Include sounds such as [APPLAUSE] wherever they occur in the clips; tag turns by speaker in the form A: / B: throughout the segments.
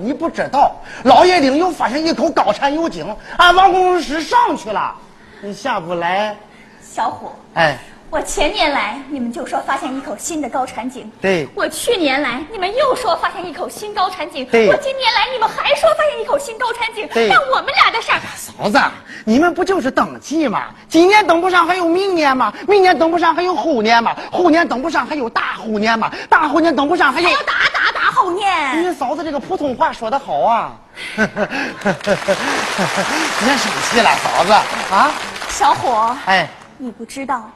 A: 你不知道，老爷岭又发现一口高产油井，俺王工程师上去了，你下不来。
B: 小虎，
A: 哎，
B: 我前年来你们就说发现一口新的高产井，
A: 对
B: 我去年来你们又说发现一口新高产井，
A: 对
B: 我今年来你们还说发现一口新高产井，
A: 对
B: 那我们俩的事儿，
A: 嫂子，你们不就是登记吗？今年登不上，还有明年吗？明年登不上，还有后年吗？后年登不上，还有大后年吗？大后年登不上，还有
B: 还……要打打打后
A: 你
B: 念。
A: 嫂子这个普通话说得好啊！ [LAUGHS] 别生气了，嫂子啊！
B: 小虎，
A: 哎，
B: 你不知道，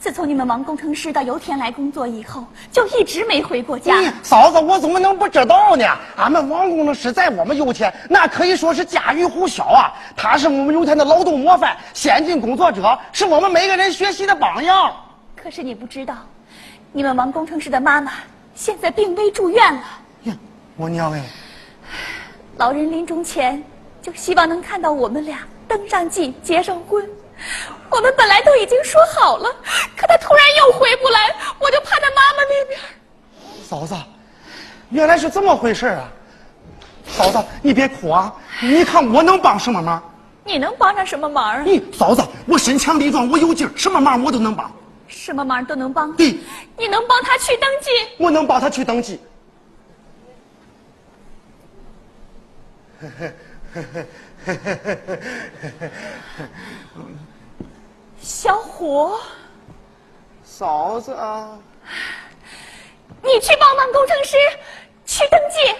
B: 自从你们王工程师到油田来工作以后，就一直没回过家。
A: 你嫂子，我怎么能不知道呢？俺们王工程师在我们油田那可以说是家喻户晓啊！他是我们油田的劳动模范、先进工作者，是我们每个人学习的榜样。
B: 可是你不知道，你们王工程师的妈妈现在病危住院了，
A: 呀，我娘哎！
B: 老人临终前就希望能看到我们俩登上记结上婚。我们本来都已经说好了，可他突然又回不来，我就怕他妈妈那边儿。
A: 嫂子，原来是这么回事啊！嫂子，你别哭啊！你看我能帮什么忙？
B: 你能帮上什么忙啊？
A: 你嫂子，我身强力壮，我有劲儿，什么忙我都能帮。
B: 什么忙都啊能帮。
A: 对
B: 你能帮他去登记？
A: 我能帮他去登记。
B: 小虎，
A: 嫂子啊，
B: 你去帮忙工程师去登记。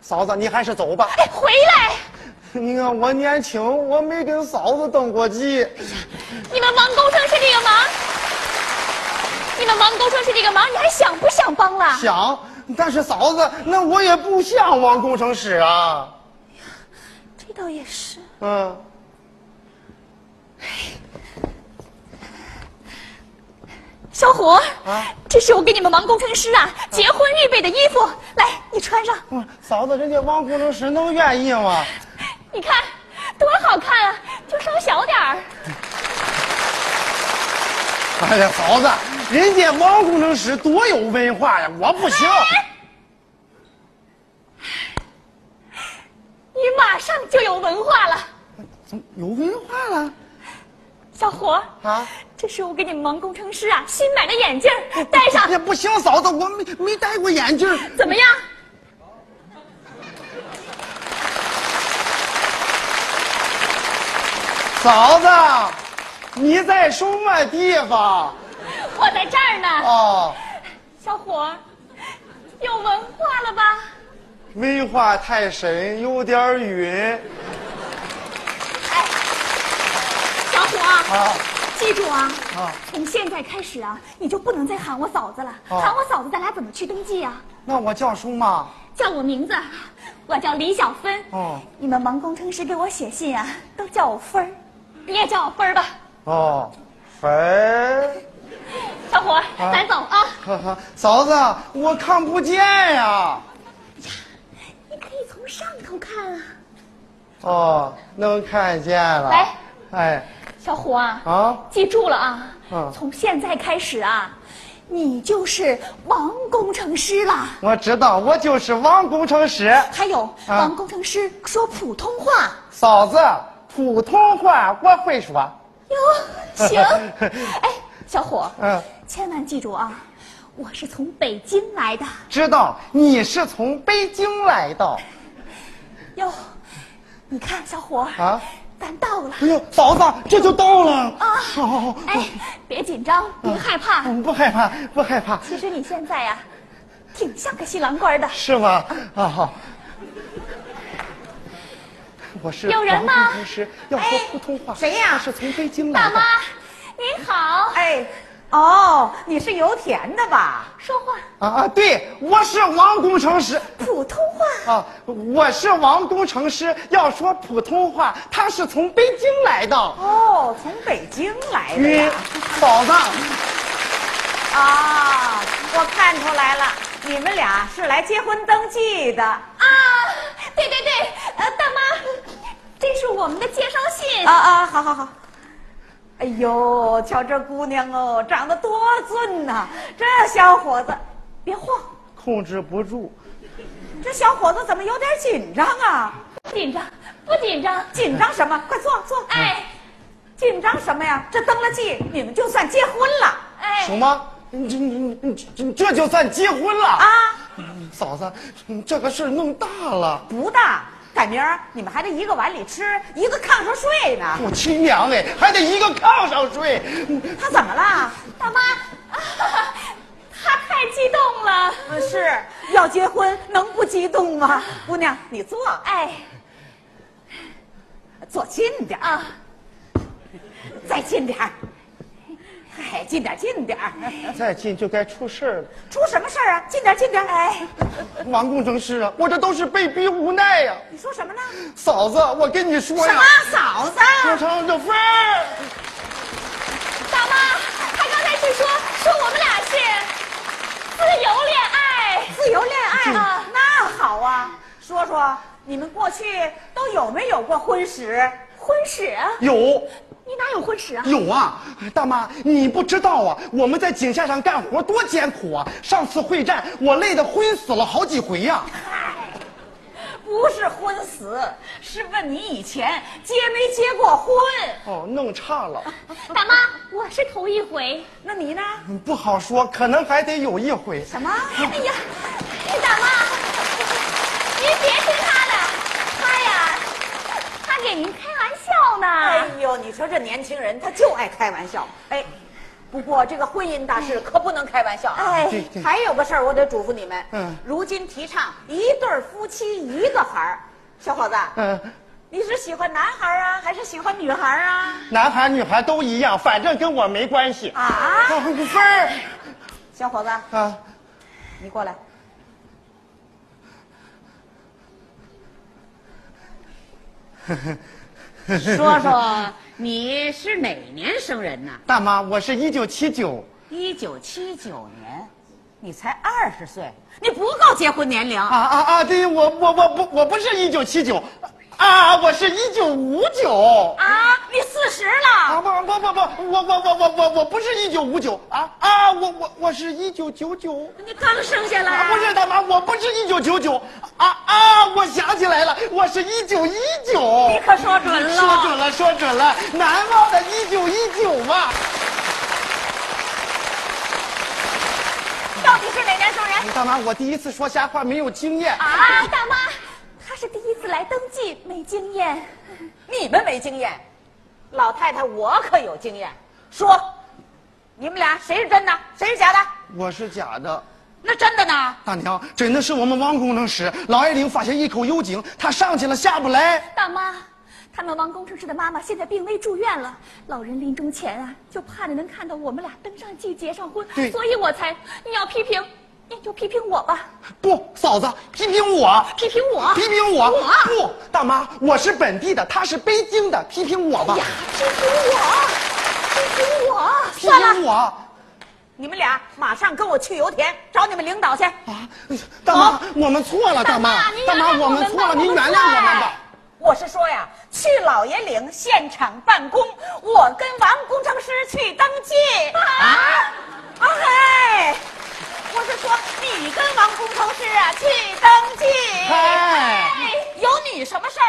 A: 嫂子，你还是走吧。
B: 哎，回来！
A: 你看我年轻，我没跟嫂子登过记。
B: 你们王工程师这个忙，你们王工程师这个忙，你还想不想帮了？
A: 想，但是嫂子，那我也不像王工程师啊。
B: 这倒也是。
A: 嗯，
B: 小虎，这是我给你们王工程师啊结婚预备的衣服，来，你穿上，
A: 不是嫂子，人家王工程师能愿意吗？
B: 你看多好看啊，就稍小点儿。
A: 哎呀，嫂子，人家王工程师多有文化呀，我不行。
B: 你马上就有文化了，
A: 怎么有文化了？
B: 小虎。
A: 啊
B: 这是我给你们王工程师啊新买的眼镜儿，
A: [LAUGHS]
B: 戴上
A: 哎，呀，不行，嫂子，我没没戴过眼镜儿。
B: 怎么样？
A: 嫂子，你在什么地方？
B: 我在这儿呢，
A: 哦，
B: 小虎，有文化了吧？
A: 文化太深，有点儿晕。
B: 小虎啊
A: 啊，
B: 记住啊
A: 啊，
B: 从现在开始啊，你就不能再喊我嫂子了，
A: 哦
B: 喊我嫂子，咱俩怎么去登记啊？
A: 那我叫叔吗？
B: 叫我名字，我叫李小芬。
A: 哦
B: 你们王工程师给我写信啊，都叫我芬儿，你也叫我芬儿吧。
A: 哦，哎，
B: 小虎，咱走啊，
A: 哈哈， [LAUGHS] 嫂子，我看不见呀。
B: 你可以从上头看啊。
A: 哦，能看见了。
B: 来，
A: 哎，
B: 小虎啊，
A: 啊，
B: 记住了啊，
A: 嗯
B: 从现在开始啊，你就是王工程师了。
A: 我知道，我就是王工程师。
B: 还有，
A: 啊
B: 王工程师说普通话
A: 嫂子，普通话我会说。
B: [LAUGHS] 哟，行。哎，小虎，
A: 嗯
B: 千万记住啊，我是从北京来的
A: 知道你是从北京来的。
B: 哟。你看，小虎
A: 啊，
B: 咱到了
A: 哎呦，嫂子，这就到了。
B: 啊
A: 好好好，。
B: 哎，别紧张，别害怕。
A: 嗯哦不害怕，不害怕，
B: 其实你现在呀、挺像个新郎官的。
A: 是吗？啊好。我是
B: 有人吗
A: 王工程师，要说
B: 哎
A: 普通话。
C: 谁呀
A: 我是从北京来
B: 大
A: 的。
B: 妈，您好，
C: 哎，哦，你是油田的吧？
B: 说话
A: 啊啊，对，我是王工程师
B: 普通话。
A: 啊，我是王工程师。要说普通话，他是从北京来的。
C: 哦，从北京来的
A: 晕
C: 呀。，
A: 嫂子，
C: 啊，我看出来了，你们俩是来结婚登记的。啊
B: 啊，对对对，呃，大妈，这是我们的介绍信。
C: 啊，好好好。哎呦，瞧这姑娘哦，长得多俊呐、这小伙子，别晃，
A: 控制不住。
C: 这小伙子怎么有点紧张啊？
B: 紧张不紧张？
C: 紧张什么？快坐坐！
B: 哎
C: 紧张什么呀？这登了记，你们就算结婚了
B: 哎，
A: 什么？你这你你这这就算结婚了
C: 啊
A: 啊！！嫂子，你这个事儿弄大了。
C: 不大，赶明儿你们还得一个碗里吃，一个炕上睡呢。
A: [LAUGHS] 我亲娘哎，还得一个炕上睡。
C: 他怎么了？
B: 大妈，啊他太激动了。
C: 呃是要结婚，能不激动吗？姑娘，你坐，
B: 哎
C: 坐近点儿
B: 啊，
C: 再近点儿。嗨，近点儿，近点儿。
A: 再近就该出事儿了。
C: 出什么事儿啊？近点儿，近点儿。哎，
A: [LAUGHS] 王工程师啊，我这都是被逼无奈呀、
C: 你说什么呢？
A: 嫂子，我跟你说
C: 什
A: 呀
C: 么，嫂子？
A: 我唱着分儿。
B: 大妈，他刚才是说说我们俩是自由恋爱。
C: 自由恋爱
B: 啊
C: 啊，那好啊。说说你们过去都有没有过婚史？
B: 婚史啊？
A: 有
B: 你哪有婚史啊？
A: 有啊，大妈，你不知道啊，我们在井下上干活多艰苦啊！上次会战，我累得昏死了好几回呀、
C: 不是婚死，是问你以前结没结过婚？
A: 哦，弄差了，
B: 大妈，我是头一回。
C: 那你呢？
A: 不好说，可能还得有一回。
C: 什么？
B: 哎呀，大妈，您别听他的，他呀，他给您开玩笑
C: 哎
B: 呢。
C: 呦，你说这年轻人他就爱开玩笑。哎，不过这个婚姻大事可不能开玩笑啊！
B: 哎
A: 对对
C: 还有个事儿我得嘱咐你们，
A: 嗯
C: 如今提倡一对儿夫妻一个孩儿。小伙子，
A: 嗯、
C: 你是喜欢男孩儿啊，还是喜欢女孩儿啊？
A: 男孩女孩都一样，反正跟我没关系。
C: 啊，
A: 啊，分儿
C: 小伙子，
A: 啊，
C: 你过
D: [LAUGHS]
C: 来。
D: 说说你是哪年生人呐？
A: 大妈，我是一九七九，
D: 一九七九年，你才二十岁，你不够结婚年龄。
A: 啊啊啊！对，我我我不我不是一九七九，啊，我是一九五九。
D: 啊，你四十了，
A: 啊不不不不，我我我我我我不是一九五九啊啊！我我我是一九九九，
D: 你刚生下来、
A: 啊不是大妈，我不是一九九九啊啊！我想起来了，我是一九一九。
D: 你可说准了。
A: 说准了，说准了，难忘的一九一九嘛。
B: 到底是哪年生人？
A: 大妈，我第一次说瞎话，没有经验。
B: 啊，大妈，他是第一次来登记，没经验。
C: 你们没经验，老太太我可有经验。说，你们俩谁是真的，谁是假的？
A: 我是假的。
D: 那真的呢？
A: 大娘，真的是我们汪工程师，老爱玲发现一口幽井，她上去了下不来。
B: 大妈，他们王工程师的妈妈现在病危住院了，老人临终前啊，就盼着能看到我们俩登上记结上婚，
A: 对
B: 所以我才你要批评，你就批评我吧，
A: 不，嫂子，批评我，
B: 批评我，
A: 批评我，
B: 啊我
A: 不，大妈，我是本地的，她是北京的，批评我吧，
B: 哎呀，批评我，批评我，
A: 批
B: 算了，
A: 评我啊！
C: 你们俩马上跟我去油田找你们领导去。
A: 啊大妈
C: 好，
A: 我们错了，大妈
B: 哦大妈您，
A: 大妈，
B: 原谅
A: 我们
B: 我们
A: 错了，
B: 吧
A: 您
B: 我
A: 原
B: 们
A: 谅
B: 错
A: 我们吧
B: 哎。
C: 我是说呀，去老爷岭现场办公，我跟王工程师去登记。啊，啊嘿，我是说你跟王工程师啊去登记。
A: 哎，
C: 有你什么事